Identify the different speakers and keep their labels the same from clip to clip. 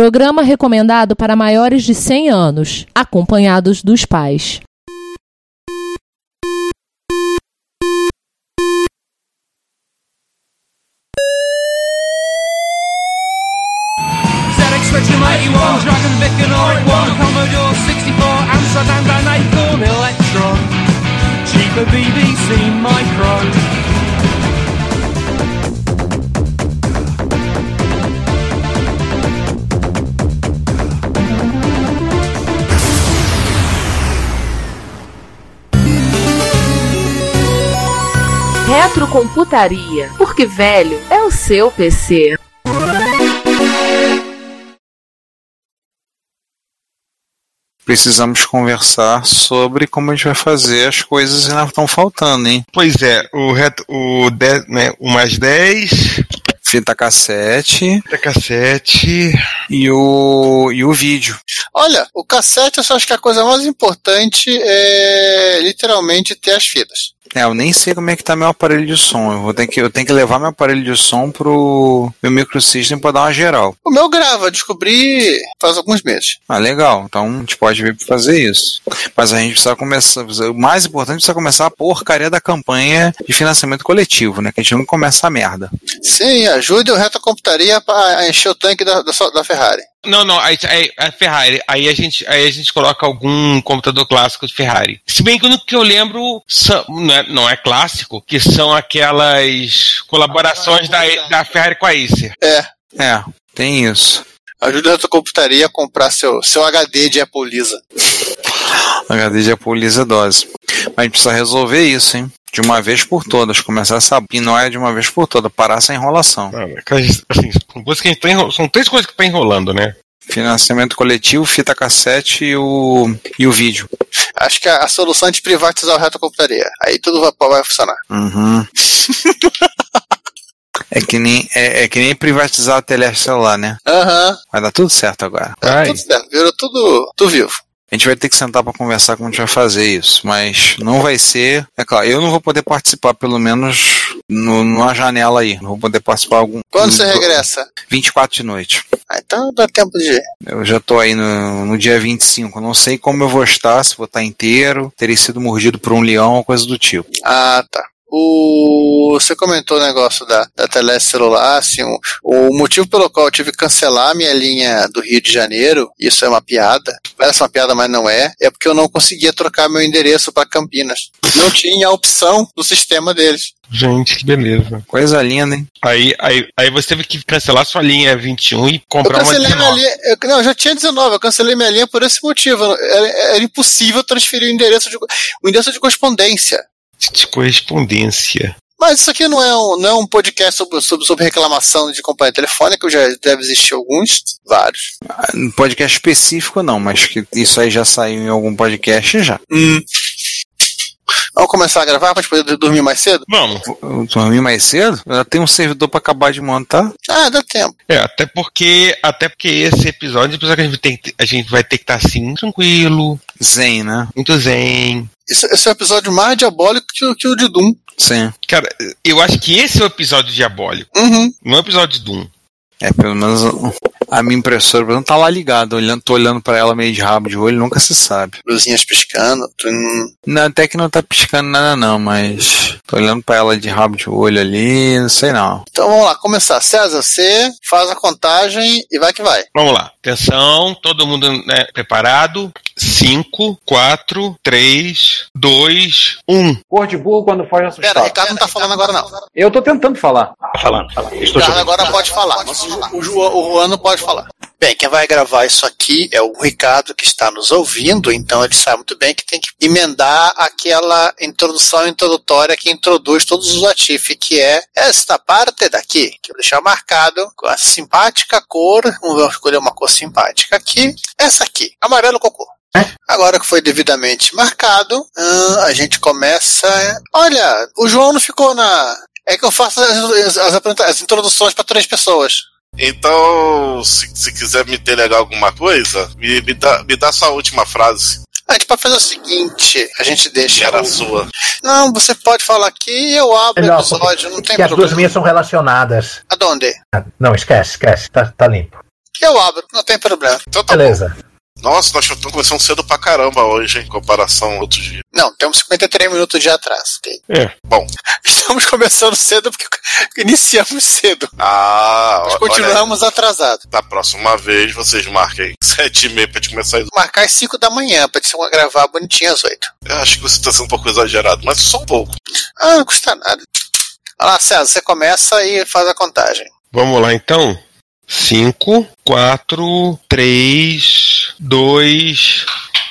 Speaker 1: Programa recomendado para maiores de 100 anos, acompanhados dos pais.
Speaker 2: ZX Spectrum 81, Dragon Vic and Oric 1, Commodore 64, Amsterdam and Acorn Electron, cheaper BBC Micro.
Speaker 3: Retrocomputaria, porque velho é o seu PC.
Speaker 4: Precisamos conversar sobre como a gente vai fazer as coisas que ainda estão faltando, hein?
Speaker 5: Pois é, o, reto, o, 10, né, o mais 10,
Speaker 4: Fita cassete
Speaker 5: da cassete.
Speaker 4: e o, e o vídeo.
Speaker 6: Olha, o cassete eu só acho que a coisa mais importante é literalmente ter as fitas.
Speaker 4: É, eu nem sei como é que tá meu aparelho de som. Eu, vou ter que, eu tenho que levar meu aparelho de som pro meu microsystem pra dar uma geral.
Speaker 6: O meu grava, descobri faz alguns meses.
Speaker 4: Ah, legal. Então a gente pode vir pra fazer isso. Mas a gente precisa começar. O mais importante é precisa começar a porcaria da campanha de financiamento coletivo, né? Que a gente não começa a merda.
Speaker 6: Sim, ajude o Retrocomputaria a encher o tanque da, da, sua- da Ferrari.
Speaker 5: Não, não, aí, aí- a Ferrari. Aí a, gente, aí a gente coloca algum computador clássico de Ferrari. Se bem que no que eu lembro, são- não, é, não é clássico, que são aquelas colaborações da, da Ferrari com a Acer.
Speaker 6: É,
Speaker 4: É, tem isso.
Speaker 6: ajude o Retrocomputaria a comprar seu, seu HD de Apple Lisa.
Speaker 4: HD de apolisa dose. Mas a gente precisa resolver isso, hein? De uma vez por todas. Começar essa pinóia é de uma vez por todas. Parar essa enrolação.
Speaker 5: Ah, mas, assim, são coisas que a gente tá enro- são três coisas que tá enrolando, né?
Speaker 4: Financiamento coletivo, fita cassete e o, e o vídeo.
Speaker 6: Acho que a, a solução é de privatizar o Retrocomputaria. Aí tudo vai, vai funcionar.
Speaker 4: Uhum. é, que nem, é, é que nem privatizar a teleste celular, né?
Speaker 6: Aham, tá
Speaker 4: Vai dar tudo certo agora.
Speaker 5: Ai.
Speaker 6: tudo certo. Virou tudo, tudo vivo.
Speaker 4: A gente vai ter que sentar para conversar como a gente vai fazer isso, mas não vai ser. É claro, eu não vou poder participar, pelo menos no, numa janela aí. Não vou poder participar algum.
Speaker 6: Quando você
Speaker 4: do-
Speaker 6: regressa?
Speaker 4: 24 de noite.
Speaker 6: Ah, então dá tempo de.
Speaker 4: Eu já tô aí no, no dia 25. Não sei como eu vou estar, se vou estar inteiro, terei sido mordido por um leão ou coisa do tipo.
Speaker 6: Ah, tá. O... Você comentou o negócio da, da Teleste celular, assim, o, o motivo pelo qual eu tive que cancelar a minha linha do Rio de Janeiro, isso é uma piada, parece uma piada, mas não é, é porque eu não conseguia trocar meu endereço para Campinas. Não tinha a opção do sistema deles.
Speaker 5: Gente, que beleza.
Speaker 4: Coisa linda, hein?
Speaker 5: Aí, aí, aí você teve que cancelar sua linha 21 e
Speaker 6: Eu
Speaker 5: comprar uma
Speaker 6: cancelei minha
Speaker 5: 19.
Speaker 6: linha, eu, não, eu já tinha 19, eu cancelei minha linha por esse motivo. Era, era impossível transferir o endereço, de, o endereço de correspondência.
Speaker 5: De correspondência.
Speaker 6: Mas isso aqui não é um, não é um podcast sobre, sobre, sobre reclamação de companhia telefônica, já deve existir alguns, vários.
Speaker 4: Ah, Um podcast específico não, mas que isso aí já saiu em algum podcast já.
Speaker 6: Vamos começar a gravar pra gente poder dormir mais cedo?
Speaker 5: Vamos.
Speaker 4: Eu dormi mais cedo? Eu tenho um servidor para acabar de montar.
Speaker 6: Ah, dá tempo.
Speaker 5: É, até porque, até porque esse episódio é um episódio que a gente, tem que- a gente vai ter que estar assim, tranquilo,
Speaker 4: Zen, né?
Speaker 5: muito zen.
Speaker 6: Isso- Esse é o episódio mais diabólico que, o- que o de Doom.
Speaker 4: Sim.
Speaker 5: Cara, eu acho que esse é o episódio diabólico,
Speaker 6: Uhum.
Speaker 5: não é o episódio de Doom.
Speaker 4: É, pelo menos a minha impressora por exemplo, tá lá ligada, olhando, tô olhando para ela meio de rabo de olho, nunca se sabe.
Speaker 6: Luzinhas piscando. tum.
Speaker 4: Não, até que não tá piscando nada não, mas tô olhando para ela de rabo de olho ali, não sei não.
Speaker 6: Então vamos lá, começar. César, você faz a contagem e vai que vai.
Speaker 5: Vamos lá, atenção, todo mundo né, preparado? 5, 4, 3, 2, 1.
Speaker 7: Cor de burro quando foge
Speaker 6: Pera,
Speaker 7: assustado.
Speaker 6: Ricardo não tá falando agora não.
Speaker 7: Eu tô tentando falar.
Speaker 8: Tá Falando, falando. Estou
Speaker 6: Ricardo
Speaker 8: jogando.
Speaker 6: agora pode falar. mas o, o, João- o Juan não pode falar. Bem, quem vai gravar isso aqui é o Ricardo que está nos ouvindo, então ele sabe muito bem que tem que emendar aquela introdução introdutória que introduz todos os Latifi, que é esta parte daqui, que eu vou deixar marcado com a simpática cor, vamos escolher uma cor simpática aqui, essa aqui, amarelo cocô. Agora que foi devidamente marcado, hum, a gente começa. é, Olha, o João não ficou na. É que eu faço as, as- as apresenta- as introduções para três pessoas.
Speaker 8: Então, se, se quiser me delegar alguma coisa, me, me dá, me dá só a última frase,
Speaker 6: A gente pode fazer o seguinte: a gente
Speaker 8: que
Speaker 6: deixa.
Speaker 8: era a
Speaker 6: o-
Speaker 8: sua.
Speaker 6: Não, você pode falar aqui e eu abro o
Speaker 9: Melhor,
Speaker 6: episódio, não tem
Speaker 9: que as duas
Speaker 6: problema.
Speaker 9: minhas são relacionadas.
Speaker 6: Aonde?
Speaker 9: Não, esquece, esquece. Tá, tá limpo.
Speaker 6: Eu abro, não tem problema.
Speaker 8: Então tá bom.
Speaker 9: Beleza.
Speaker 8: Nossa, nós estamos começando cedo pra caramba hoje, hein? Em comparação a outro dia.
Speaker 6: Não, temos 53 minutos de atraso. ok?
Speaker 5: É.
Speaker 8: Bom.
Speaker 6: Estamos começando cedo porque iniciamos cedo.
Speaker 8: Ah,
Speaker 6: Mas
Speaker 8: ó- olha,
Speaker 6: continuamos atrasados.
Speaker 8: da próxima vez vocês marquem sete e meia pra gente começar. a-
Speaker 6: Marcar às 5 da manhã pra gente gravar bonitinho às 8.
Speaker 8: Eu acho que você tá sendo um pouco exagerado, mas só um pouco.
Speaker 6: Ah, não custa nada. Olha lá, César, você começa e faz a contagem.
Speaker 5: Vamos lá então. 5, 4, 3, 2,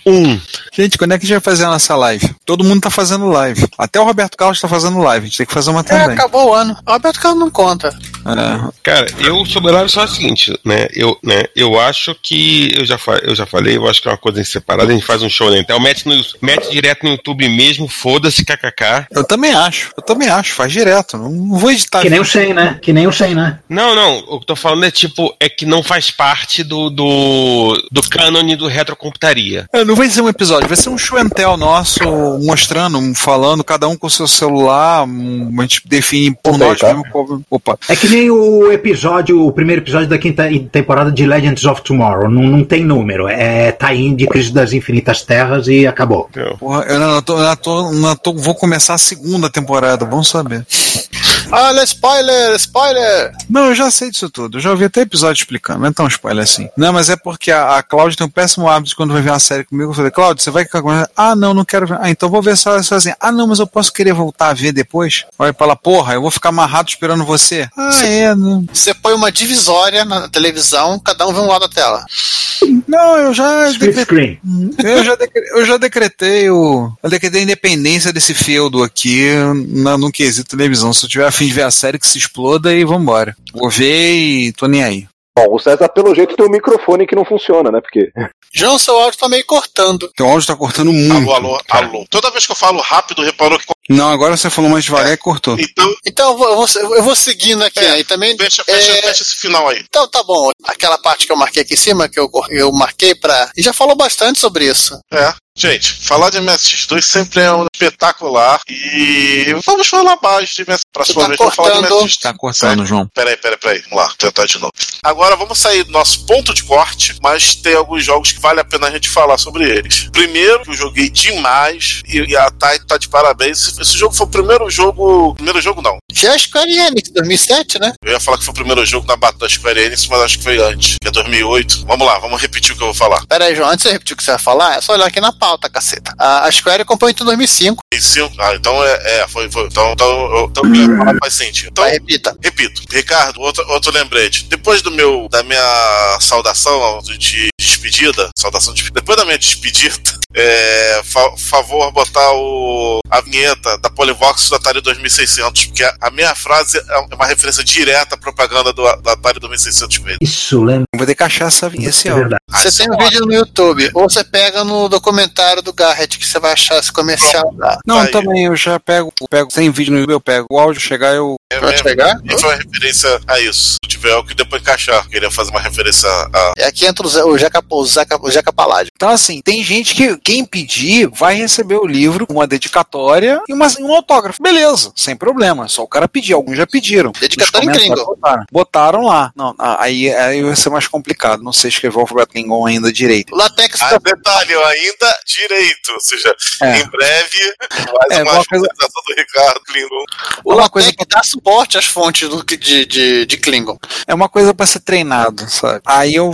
Speaker 5: 1.
Speaker 4: Gente, quando é que a gente vai fazer a nossa live? Todo mundo tá fazendo live. Até o Roberto Carlos tá fazendo live. A gente tem que fazer uma
Speaker 6: É,
Speaker 4: também.
Speaker 6: acabou o ano. O Roberto Carlos não conta.
Speaker 4: É.
Speaker 5: Cara, eu sobre live só é o seguinte, né? Eu, né, eu acho que eu já, fa- eu já falei, eu acho que é uma coisa em separada, a gente faz um show na internet, mete, no, mete direto no YouTube mesmo, foda-se kkk.
Speaker 4: É, Eu também acho. Eu também acho. Faz direto. Não, não vou editar.
Speaker 9: Que nem o Shen, né? Que nem o Shen, né?
Speaker 5: Não, não, o que eu tô falando é tipo, é que não faz parte do do, do cânone do retrocomputaria.
Speaker 4: É, não vai ser um episódio, vai ser um show and tell nosso, mostrando, um falando, cada um com o seu celular, um, a gente define por
Speaker 9: Opa,
Speaker 4: nós
Speaker 9: tá.
Speaker 4: mesmo. qual- Opa.
Speaker 9: É que nem o episódio, o primeiro episódio da quinta temporada de Legends of Tomorrow. Não, não tem número. É tie-in de Crise das Infinitas Terras e acabou.
Speaker 4: Porra, eu não, eu tô, eu tô- eu tô- vou começar a segunda temporada, vamos saber.
Speaker 6: Olha, spoiler, spoiler!
Speaker 4: Não, eu já sei disso tudo, eu já ouvi até episódio explicando, não é tão spoiler assim. Não, mas é porque a, a Cláudia tem um péssimo hábito de quando vai ver uma série comigo. Eu falei, Cláudia, você vai ficar com Ah, não, não quero ver. Ah, então vou ver só sozinha. Ah, não, mas eu posso querer voltar a ver depois? Olha pra ela, porra, eu vou ficar amarrado esperando você. Ah, é, não.
Speaker 6: Você põe uma divisória na televisão, cada um vê um lado da tela.
Speaker 4: Não, eu já.
Speaker 9: Split screen.
Speaker 4: Eu já, decre- eu já decretei o. Eu decretei a independência desse feudo aqui na, no quesito televisão. Se eu tiver afim de ver a série que se exploda e vambora. Vou ver e tô nem aí.
Speaker 10: Bom, o César, pelo jeito, tem um microfone que não funciona, né? Porque.
Speaker 6: João, seu áudio tá meio cortando.
Speaker 4: Teu áudio tá cortando muito.
Speaker 8: Alô, alô, alô. Toda vez que eu falo rápido, reparou que.
Speaker 4: Não, agora você falou mais devagar e cortou.
Speaker 8: Então,
Speaker 6: Então eu vou, eu vou- eu vou seguindo aqui,
Speaker 8: É,
Speaker 6: aí também.
Speaker 8: fecha, fecha,
Speaker 6: É.
Speaker 8: fecha esse final aí.
Speaker 6: Então tá bom. Aquela parte que eu marquei aqui em cima, que eu, eu marquei pra. E já falou bastante sobre isso.
Speaker 8: É. Gente, falar de MSX2 sempre é um espetacular. E vamos falar mais de MSX. Próxima
Speaker 6: Tá
Speaker 8: vez vamos falar de
Speaker 6: cortando.
Speaker 8: MSX2.
Speaker 4: Tá cortando, João.
Speaker 8: Peraí, peraí, peraí. Vamos lá, vou tentar de novo. Agora vamos sair do nosso ponto de corte, mas tem alguns jogos que vale a pena a gente falar sobre eles. Primeiro, que eu joguei demais, e e a Thay tá de parabéns. Esse- Esse jogo foi o primeiro jogo. Primeiro jogo não.
Speaker 6: Já é Square Enix, 2007, né?
Speaker 8: Eu ia falar que foi o primeiro jogo na Bata da Square Enix, mas acho que foi antes, que é 2008. Vamos lá, vamos repetir o que eu vou falar.
Speaker 6: Pera aí, João, antes de você repetir o que você vai falar, é só olhar aqui na pauta, caceta. A, a Square comprou em 2005.
Speaker 8: Em cinco- Ah, então é, é, foi, foi. Então, então, eu- então minha fala faz sentido. Então,
Speaker 6: Vai, repita.
Speaker 8: Repito, Ricardo, outro, outro lembrete. Depois do meu, da minha saudação de despedida, saudação de, depois da minha despedida, é, fa- favor botar o, a vinheta da Polivox do Atari 2600, porque a, a minha frase é uma referência direta à propaganda do, do Atari 2600 mesmo.
Speaker 9: Isso, lembra?
Speaker 4: Vou ter que achar essa esse
Speaker 9: é
Speaker 4: áudio.
Speaker 9: verdade.
Speaker 6: Você tem um vídeo no YouTube, ou você pega no documentário do Garrett que você vai achar esse comercial lá.
Speaker 4: Não,
Speaker 8: Aí.
Speaker 4: também eu já pego, pego sem vídeo no YouTube, eu pego o áudio, chegar eu.
Speaker 8: É,
Speaker 6: Vai
Speaker 8: é,
Speaker 6: pegar?
Speaker 8: e foi uma referência a isso. Se tiver algo que depois encaixar, queria fazer uma referência a.
Speaker 6: É aqui entra o, Zé- o Jeca, o Zeca, o Jeca Paládio.
Speaker 4: Então, assim, tem gente que, quem pedir, vai receber o livro, uma dedicatória e uma, um autógrafo. Beleza, sem problema. Só o cara pedir, alguns já pediram.
Speaker 6: Dedicatória
Speaker 4: Nos
Speaker 6: em
Speaker 4: comentários
Speaker 6: gringo.
Speaker 4: Botaram, botaram lá. Não, a- aí, aí vai ser mais complicado. Não sei escrever o alfabeto Klingon ainda direito.
Speaker 6: O Latex
Speaker 8: Ah, detalhe, eu ainda direito, ou seja,
Speaker 4: É.
Speaker 8: em breve, mais
Speaker 4: É,
Speaker 8: uma
Speaker 4: uma coisa-
Speaker 8: atualização do Ricardo Clingon.
Speaker 6: O
Speaker 4: Uma
Speaker 6: Latex
Speaker 4: coisa
Speaker 6: dá suporte às fontes do, de, de, de Klingon.
Speaker 4: É uma coisa pra ser treinado, sabe? Aí eu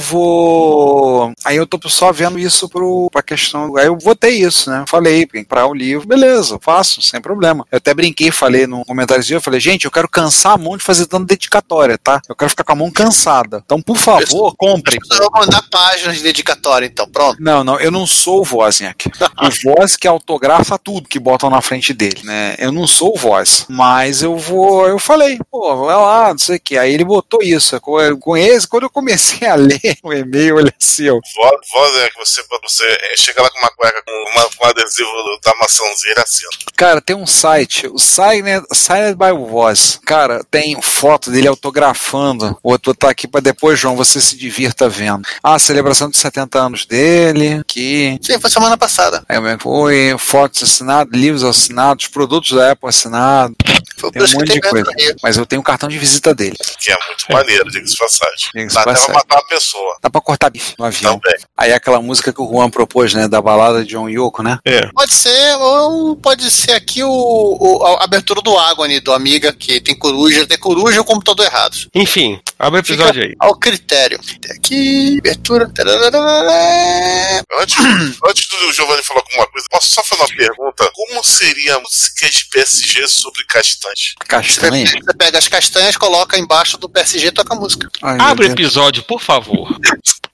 Speaker 4: vou. Aí eu tô só vendo isso pro, pra questão. Aí eu votei isso, né? Falei, pra comprar o livro, beleza, faço, sem problema. Eu até brinquei, falei num comentáriozinho, eu falei, gente, eu quero cansar a mão de fazer tanto dedicatória, tá? Eu quero ficar com a mão cansada. Então, por favor, compre.
Speaker 6: Você vai mandar páginas de dedicatória, então, pronto.
Speaker 4: Não, não, eu não sou o Wozniak. O Wozniak autografa tudo que botam na frente dele, né? Eu não sou o Voz. Mas eu vou. Eu falei, pô, vai lá, não sei o que. Aí ele botou isso. Eu conheço, quando eu comecei a ler o e-mail, ele assim, eu.
Speaker 8: Vo- Voz é que você, você é, chega lá com uma cueca com uma, com um adesivo da maçãzinha assim. ó.
Speaker 4: Cara, tem um site, o Signed, Signed by Voz. Cara, tem foto dele autografando. O outro tá aqui pra depois, João, você se divirta vendo. "Ah, A celebração dos 70 anos dele, que
Speaker 6: Sim, foi semana passada.
Speaker 4: Aí como é que foi? Fotos assinadas, livros assinados, produtos da Apple assinados.
Speaker 6: Foi
Speaker 4: Tem um monte de coisa. Mas eu tenho o cartão de visita dele.
Speaker 8: Que é muito maneiro, diga-se de passagem.
Speaker 4: Diga-se
Speaker 8: Dá
Speaker 4: de
Speaker 8: até pra
Speaker 4: passagem.
Speaker 8: matar a pessoa. um
Speaker 4: Dá pra cortar bife no avião.
Speaker 8: Também.
Speaker 4: Aí é aquela música que o Juan propôs, né? Da balada de John Yoko, né?
Speaker 5: É.
Speaker 6: Pode ser, ou pode ser aqui o, o- a abertura do Agony, do Amiga, que tem coruja, tem coruja ou computador errado.
Speaker 5: Enfim, abre o
Speaker 6: Fica
Speaker 5: episódio aí.
Speaker 6: ao critério. Tem Aqui, abertura. tararara.
Speaker 8: Antes, antes do Giovanni falar alguma coisa, posso só fazer uma pergunta? Como seria a música de PSG sobre castanhas?
Speaker 4: Castanha.
Speaker 6: Você pega as castanhas, coloca embaixo do PSG e toca a música.
Speaker 4: Ai, meu
Speaker 5: Abre o
Speaker 4: Deus.
Speaker 5: episódio, por favor.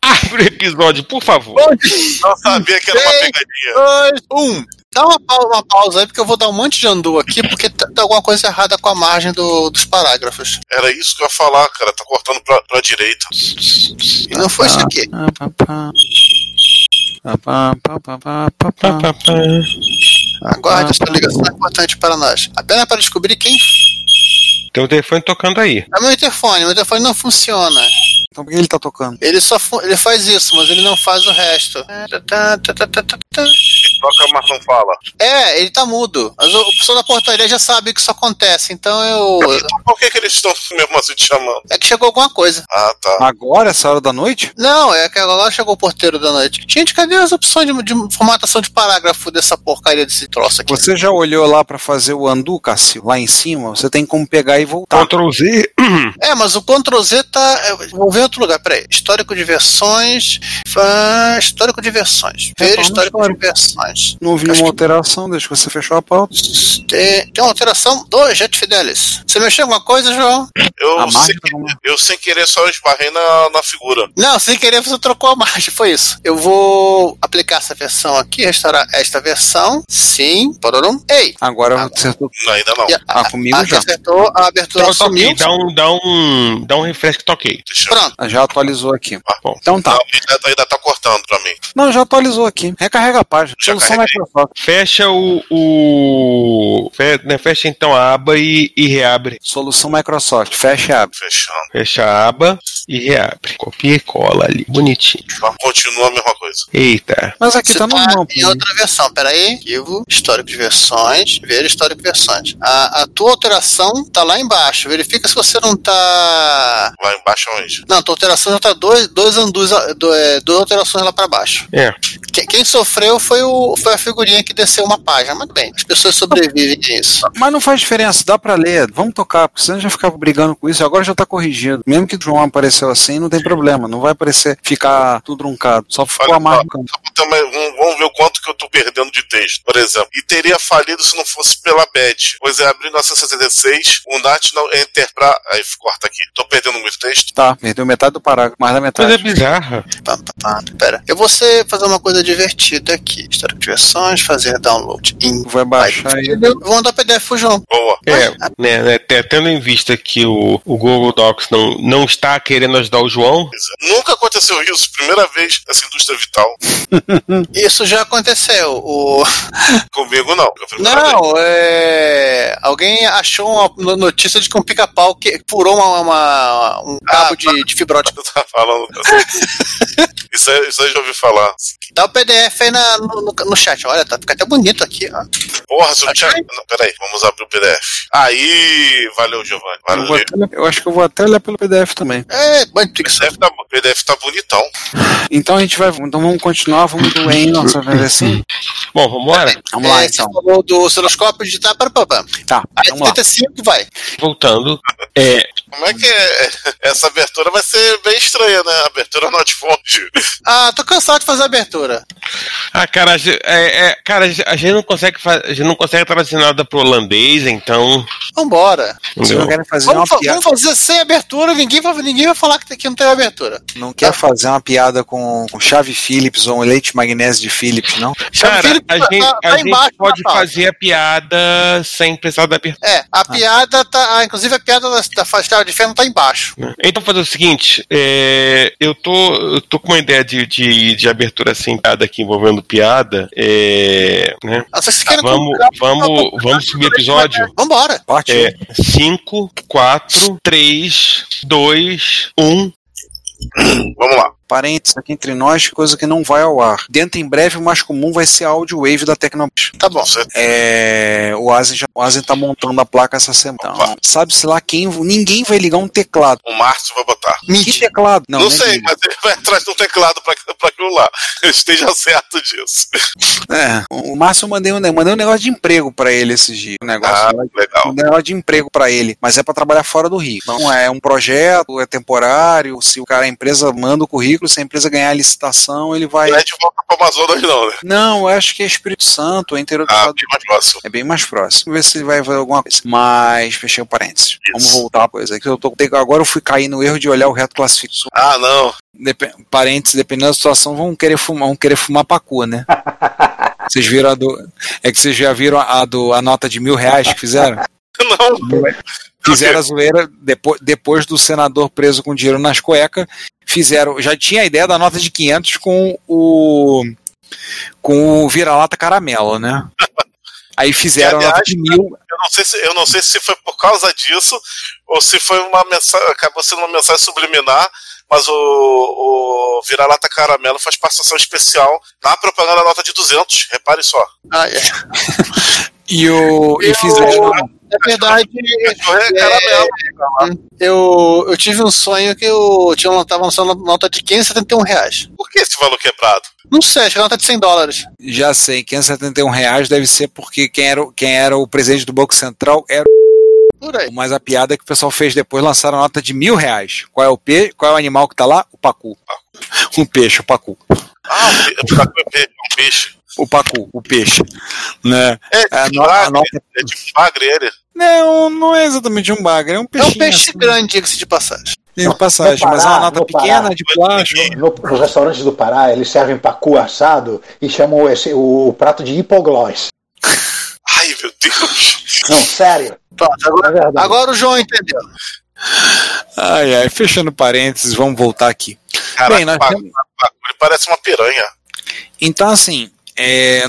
Speaker 5: Abre o episódio, por favor.
Speaker 4: Hum.
Speaker 8: Não sabia que era uma
Speaker 6: Ei,
Speaker 8: pegadinha.
Speaker 6: Dois, um. Dá uma, pau- uma pausa aí, porque eu vou dar um monte de andu aqui, porque tá, tá alguma coisa errada com a margem do- dos parágrafos.
Speaker 8: Era isso que eu ia falar, cara. Tá cortando pra, pra direita.
Speaker 6: E não foi isso aqui.
Speaker 4: Pá, pá, pá. Pá, pá, pá, pá, pá,
Speaker 5: Tá,
Speaker 4: pá.
Speaker 6: Aguarde, essa ligação é importante para nós. Apenas para descobrir quem.
Speaker 5: Tem um telefone tocando aí.
Speaker 6: É meu interfone, meu interfone não funciona.
Speaker 4: Então por que ele tá tocando?
Speaker 6: Ele só fu- ele faz isso, mas ele não faz o resto.
Speaker 8: Toca, mas não fala.
Speaker 6: É, ele tá mudo. Mas o, o pessoal da portaria já sabe que isso acontece, então eu.
Speaker 8: Então por que, que eles estão mesmo assim te chamando?
Speaker 6: É que chegou alguma coisa.
Speaker 8: Ah, tá.
Speaker 4: Agora, essa hora da noite?
Speaker 6: Não, é que agora chegou o porteiro da noite. Gente, cadê as opções de, de formatação de parágrafo dessa porcaria desse troço aqui?
Speaker 4: Você já olhou lá pra fazer o andu, Cássio? Lá em cima, você tem como pegar e voltar.
Speaker 5: Ctrl Z.
Speaker 6: É, mas o Ctrl Z tá. é, Vou ver em outro lugar, peraí. Histórico de versões. fã- Histórico de versões. Ver
Speaker 4: Retorno
Speaker 6: histórico de
Speaker 4: Tá histórico.
Speaker 6: versões.
Speaker 4: Não houve
Speaker 6: Acho
Speaker 4: nenhuma
Speaker 6: que-
Speaker 4: alteração desde que você fechou a pauta.
Speaker 6: Tem, tem uma alteração do Jet Fidelis. Você mexeu em alguma coisa, João?
Speaker 4: A
Speaker 8: Eu, sem,
Speaker 4: marca tá como-
Speaker 8: eu sem querer só esbarrei na, na figura.
Speaker 6: Não, sem querer você trocou a margem, foi isso. Eu vou aplicar essa versão aqui, restaurar esta versão. Sim, pororum. Ei!
Speaker 4: Agora
Speaker 6: Ah, tá.
Speaker 4: você
Speaker 8: Ainda não.
Speaker 6: E a-
Speaker 4: Ah, comigo
Speaker 6: a, que
Speaker 4: já.
Speaker 6: acertou, a abertura
Speaker 5: Então, toquei.
Speaker 6: sumiu.
Speaker 5: Dá um, dá um, dá um refresh que toquei.
Speaker 8: Deixa eu-
Speaker 6: Pronto.
Speaker 4: já atualizou aqui.
Speaker 8: Ah, bom.
Speaker 4: Então tá.
Speaker 8: Não, ainda, ainda tá cortando pra mim.
Speaker 4: Não, já atualizou aqui. Recarrega a página.
Speaker 8: Já
Speaker 4: Solução
Speaker 8: carreguei.
Speaker 4: Microsoft.
Speaker 5: Fecha o. o- fe- né, fecha então a aba e, e reabre.
Speaker 4: Solução Microsoft. Fecha e abre.
Speaker 8: Fechando.
Speaker 5: Fecha a aba e reabre. Copia e cola ali. Bonitinho.
Speaker 8: Mas Tá, Continua a mesma coisa.
Speaker 5: Eita.
Speaker 4: Mas aqui
Speaker 6: Você
Speaker 4: tá normal.
Speaker 6: em
Speaker 4: pô.
Speaker 6: outra versão, peraí. Arquivo, histórico de versões, ver histórico de versões. A, a tua alteração tá lá embaixo. Verifica se você não tá.
Speaker 8: Lá embaixo é um onde?
Speaker 6: Não, tua alteração já tá dois, dois andus, do- é, duas alterações lá pra baixo.
Speaker 5: É.
Speaker 6: Quem, quem sofreu foi, o, foi a figurinha que desceu uma página, mas bem, as pessoas sobrevivem a isso.
Speaker 4: Mas não faz diferença, dá pra ler, vamos tocar, porque senão a gente já ficava brigando com isso, agora já tá corrigido. Mesmo que o João apareceu assim, não tem problema, não vai aparecer ficar tudo truncado, só ficou
Speaker 8: Olha,
Speaker 4: a marca.
Speaker 8: Só pra ter uma- Tá, vamos, vamos ver o quanto que eu tô perdendo de texto, por exemplo. E teria falido se não fosse pela BET. Pois é, abriu 1966, o National Enterprise. Aí corta aqui. Tô perdendo muito texto.
Speaker 4: Tá, perdeu metade do parágrafo, mais da
Speaker 6: é
Speaker 5: Coisa
Speaker 4: metade.
Speaker 5: bizarra.
Speaker 6: Pam, pam, pam. Pera, eu vou ser- fazer uma coisa divertida aqui. Histórico de versões, fazer download. Em...
Speaker 4: Vai baixar aí.
Speaker 6: Vou mandar PDF pro João.
Speaker 8: Boa.
Speaker 5: É, né, né, te- tendo em vista que o, o Google Docs não, não está querendo ajudar o João,
Speaker 8: Pois é. Nunca aconteceu isso, primeira vez nessa indústria vital.
Speaker 6: Isso já aconteceu. O...
Speaker 8: Comigo não. Foi a primeira vez.
Speaker 6: Não, é. Alguém achou uma no- notícia de que um pica-pau que furou uma, uma- um cabo de, de fibra ótica.
Speaker 8: Eu tava falando dessa- isso, aí, isso aí eu já ouvi falar.
Speaker 6: Dá o PDF aí na- no, no- no chat. Olha, tá, fica até bonito aqui. ó.
Speaker 8: Porra, se eu tinha.
Speaker 6: Ok.
Speaker 8: Não, peraí, vamos abrir o PDF. Aí, valeu, Giovanni.
Speaker 4: Eu, vou
Speaker 8: Valeu.
Speaker 4: até olhar- eu acho que eu vou até olhar pelo PDF também.
Speaker 6: É, bonito
Speaker 8: O
Speaker 6: isso.
Speaker 8: PDF tá, o PDF tá bonitão.
Speaker 4: Então a gente vai, então vamos continuar, vamos do EM 1995.
Speaker 5: bom, vambora?
Speaker 4: Vamos lá
Speaker 6: É,
Speaker 4: então,
Speaker 6: Você falou do osciloscópio de tá, pá, pá, pá.
Speaker 4: tá,
Speaker 6: Aí
Speaker 4: vamos lá.
Speaker 6: 75 vai.
Speaker 5: Voltando. É,
Speaker 8: Como é que é? Essa abertura vai ser bem estranha, né? Abertura not found.
Speaker 6: Ah, tô cansado de fazer abertura.
Speaker 5: Ah, cara, a ge- é, é, cara, a ge- a gente não consegue, fa- a gente não consegue traduzir nada pro holandês, então.
Speaker 6: Vambora.
Speaker 4: Vocês não
Speaker 5: entendeu?
Speaker 4: querem fazer uma
Speaker 6: Vamos, fa-
Speaker 4: piada,
Speaker 6: vamos fazer sem abertura, ninguém vai, ninguém vai falar que tem- que não tem abertura.
Speaker 4: não quer fazer uma piada com, com chave Phillips ou um leite magnésio de Phillips, não?
Speaker 5: Cara,
Speaker 6: Prefiro
Speaker 5: a
Speaker 6: tá-
Speaker 5: gente,
Speaker 6: tá
Speaker 5: a gente
Speaker 6: embaixo da
Speaker 5: pode
Speaker 6: pauta.
Speaker 5: fazer a piada sem precisar da abertura.
Speaker 6: É, a piada tá. ah, inclusive a piada da, da faixa de ferro tá embaixo.
Speaker 5: né? Então fazer o seguinte, é, eu, tô, eu tô com uma ideia de, de, de abertura sem piada aqui envolvendo piada. é, né?
Speaker 6: Ah, vocês
Speaker 4: Tá,
Speaker 6: querem
Speaker 5: Vamos, vamos, vamos subir o episódio.
Speaker 6: Vambora.
Speaker 4: Parte
Speaker 5: É 5, 4, 3, 2, 1.
Speaker 8: Vamos lá.
Speaker 4: parênteses aqui entre nós, coisa que não vai ao ar. Dentro em breve, o mais comum vai ser a Audio Wave da Tecnobis.
Speaker 6: Tá bom.
Speaker 4: É, o Asen já- o Asen tá montando a placa essa semana. Então, Sabe-se lá quem. Ninguém vai ligar um teclado.
Speaker 8: O Márcio vai botar.
Speaker 4: Que teclado?
Speaker 8: Não,
Speaker 4: não é
Speaker 8: sei,
Speaker 4: mídia.
Speaker 8: mas ele vai atrás de um teclado pra, pra aquilo lá. Esteja certo disso.
Speaker 4: É, o Márcio eu mandei um, eu mandei um negócio de emprego pra ele esses dias. Um negócio,
Speaker 8: Ah, legal.
Speaker 4: um negócio de emprego pra ele, mas é pra trabalhar fora do Rio. Não é um projeto, é temporário. Se o cara, a empresa manda o currículo, se a empresa ganhar a licitação, ele vai.
Speaker 8: Não é de volta pro Amazonas, não, né?
Speaker 4: Não, eu acho que é Espírito Santo, é interior do
Speaker 8: Ah,
Speaker 4: estado.
Speaker 8: bem mais próximo.
Speaker 4: É bem mais próximo. Vamos ver se vai fazer alguma coisa. Mas, fechei o parênteses. Vamos voltar, pois é. Que eu tô, agora eu fui cair no erro de olhar o reto classificado.
Speaker 8: Ah, não.
Speaker 4: Depen- parentes, dependendo da situação, vão querer fumar, vão querer fumar pacu, né? Vocês viram a do. É que vocês já viram a, do, a nota de mil reais que fizeram?
Speaker 8: Não.
Speaker 4: Fizeram a zoeira depois, depois do senador preso com dinheiro nas cuecas. Fizeram. Já tinha a ideia da nota de 500 com o. Com o vira-lata caramelo, né? Aí fizeram
Speaker 8: Que,
Speaker 4: a nota
Speaker 8: aliás,
Speaker 4: de mil.
Speaker 8: Eu não, sei se, eu não sei se foi por causa disso ou se foi uma mensagem. Acabou sendo uma mensagem subliminar, mas o, o Vira-Lata Caramelo faz participação especial na propaganda nota de 200. Repare só.
Speaker 6: Ah, é.
Speaker 4: E, o, e fizeram.
Speaker 6: Na verdade, hum,
Speaker 8: É, caramelo.
Speaker 6: eu, eu tive um sonho que eu tinha uma, tava lançando nota de 571 reais.
Speaker 8: Por que esse valor quebrado?
Speaker 6: Não sei, acho que a nota de 100 dólares.
Speaker 4: Já sei, 571 reais deve ser porque quem era, o- quem era o presidente do Banco Central era
Speaker 6: Por aí. É um
Speaker 4: Mas a piada que o pessoal fez depois lançaram a nota de mil reais. Qual é o pe... qual é o animal que tá lá? O pacu. Um peixe, o pacu.
Speaker 8: Ah, um pe- um peixe.
Speaker 4: O pacu, o peixe. Né?
Speaker 8: É,
Speaker 4: A
Speaker 8: de
Speaker 4: no- a
Speaker 8: bagre,
Speaker 4: nota-
Speaker 8: é de bagre ele.
Speaker 4: Não, não é exatamente um bagre, é um
Speaker 6: É
Speaker 4: peixe.
Speaker 6: um peixe grande, diga-se de passagem.
Speaker 4: de passagem,
Speaker 7: Vou
Speaker 4: mas é uma
Speaker 7: parar,
Speaker 4: nota
Speaker 7: vou parar.
Speaker 4: pequena de plástico.
Speaker 9: No- nos restaurantes do Pará, eles servem pacu assado e chamam esse- o, prato de hipoglós.
Speaker 8: Ai, meu Deus.
Speaker 9: Não, sério.
Speaker 6: Pronto, agora,
Speaker 9: É verdade.
Speaker 6: agora o João entendeu.
Speaker 4: Ai, ai, fechando parênteses, vamos voltar aqui.
Speaker 8: Caraca,
Speaker 4: Bem, nós
Speaker 8: bagre,
Speaker 4: temos-
Speaker 8: bagre, ele parece uma piranha.
Speaker 4: Então, assim, é,